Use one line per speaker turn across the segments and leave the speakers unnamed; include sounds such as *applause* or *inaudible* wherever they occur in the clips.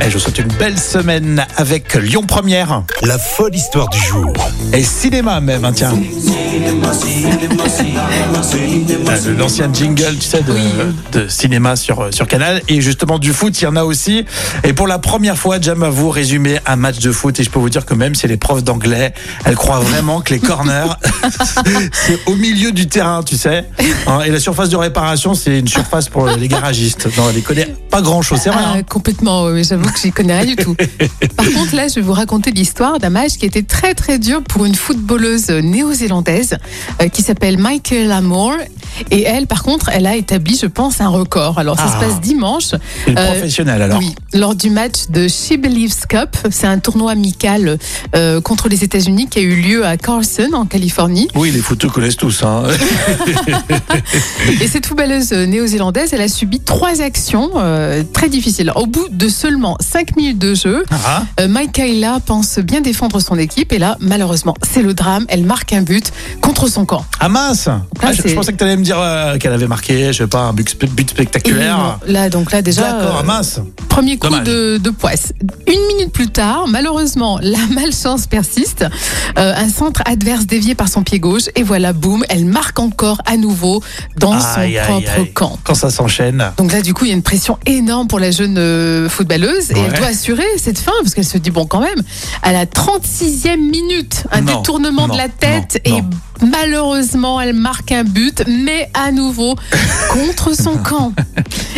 Et je vous souhaite une belle semaine avec Lyon Première
La folle histoire du jour.
et cinéma même, hein, tiens. Euh, L'ancien jingle, tu sais, de, de cinéma sur, euh, sur Canal. Et justement, du foot, il y en a aussi. Et pour la première fois, Jam va vous résumer un match de foot. Et je peux vous dire que même si les profs d'anglais, elles croient vraiment que les corners, c'est au milieu du terrain, tu sais. Hein, et la surface de réparation, c'est une surface pour les garagistes. Non, elle les connaît pas grand-chose, c'est vrai. hein.
Ah, complètement, oui, mais j'avoue que j'y connais rien du
*laughs*
tout. Par contre, là, je vais vous raconter l'histoire d'un match qui était très très dur pour une footballeuse néo-zélandaise euh, qui s'appelle Michaela Moore. Et elle, par contre, elle a établi, je pense, un record. Alors, ça
Ah.
se passe dimanche.
C'est le
Euh,
professionnel, alors.
Oui, lors du match de She Believes Cup, c'est un tournoi amical euh, contre les États-Unis qui a eu lieu à Carson, en Californie.
Oui, les photos connaissent tous. Hein.
Et cette footballeuse néo-zélandaise, elle a subi trois actions euh, très difficiles. Au bout de seulement cinq minutes de jeu,
*laughs* Ah,
Euh, Michaela pense bien défendre son équipe et là, malheureusement, c'est le drame. Elle marque un but contre son camp.
ah mince Ah, je,
c'est-
je pensais que tu allais me dire euh, qu'elle avait marqué, je sais pas, un but, spe- but
Et non,
spectaculaire.
là, donc là déjà,
D'accord,
euh,
ah mince
premier coup
Dommage.
de, de poisse. Une minute plus tard, malheureusement, *laughs* la malchance persiste. Euh, un centre adverse dévié par son pied gauche et voilà, boum, elle marque encore à nouveau dans
Aïe, aïe,
son propre
aïe.
camp. Euh,
Quand ça s'enchaîne.
Donc là, du coup, il y a une pression énorme pour la jeune euh, footballeuse et
Ouais.
elle doit assurer cette fin parce qu'elle se dit, bon, quand même, à la 36e minute, un
Non,
détournement
non,
de la tête
non,
et malheureusement, elle marque un but, mais à
*laughs*
nouveau contre son camp.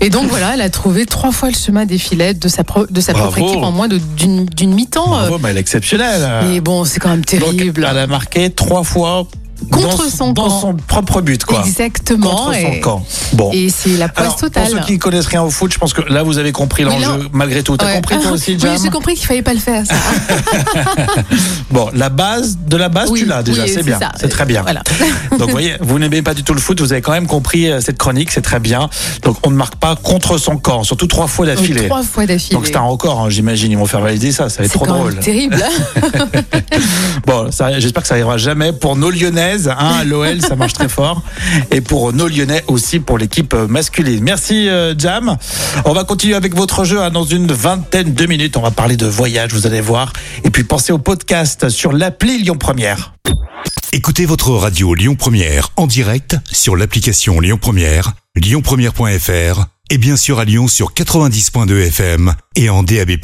Et donc voilà, elle a trouvé trois fois le chemin des filets de sa, pro- de sa propre
Bravo.
équipe en moins de- d'une d'une mi-temps.
Bravo, mais elle est exceptionnelle.
Mais bon, c'est quand même
Donc, elle
terrible.
a marqué trois fois
Contre
dans,
son
dans
camp.
son propre but, quoi.
Exactement.
Contre son
Et,
camp. Bon.
et c'est la poisse
Alors, pour
totale.
ceux qui ne connaissent rien au foot, je pense que là, vous avez compris
Oui, là,
l'enjeu, malgré tout. T'as
Ouais. Ah,
compris toi aussi, Jam
*laughs* Oui, j'ai compris qu'il fallait pas le faire. ça.
Bon, la base, de la base,
Oui,
Ah, tu l'as déjà,
oui,
c'est
c'est
bien.
ça.
C'est très bien.
Voilà.
Donc vous voyez, vous n'aimez pas du tout le foot, vous avez quand même compris euh, cette chronique, c'est très bien. Donc on ne marque pas contre son camp, surtout trois fois
Donc,
d'affilée.
trois fois d'affilée.
Donc c'est un record, hein, j'imagine, ils vont faire valider ça, ça va être
C'est
trop
quand
drôle.
même terrible.
Bon, ça- j'espère que ça arrivera jamais pour nos Lyonnaises, hein, à l'OL, ça marche très fort, et pour nos Lyonnais aussi, pour l'équipe euh, masculine. Merci euh, Jam. On va continuer avec votre jeu hein, dans une vingtaine de minutes, on va parler de voyage, vous allez voir, et puis pensez au podcast sur l'appli Lyon Première.
Écoutez votre radio Lyon Première en direct sur l'application Lyon Première, lyonpremière.fr et bien sûr à Lyon sur 90.2 FM et en DAB+.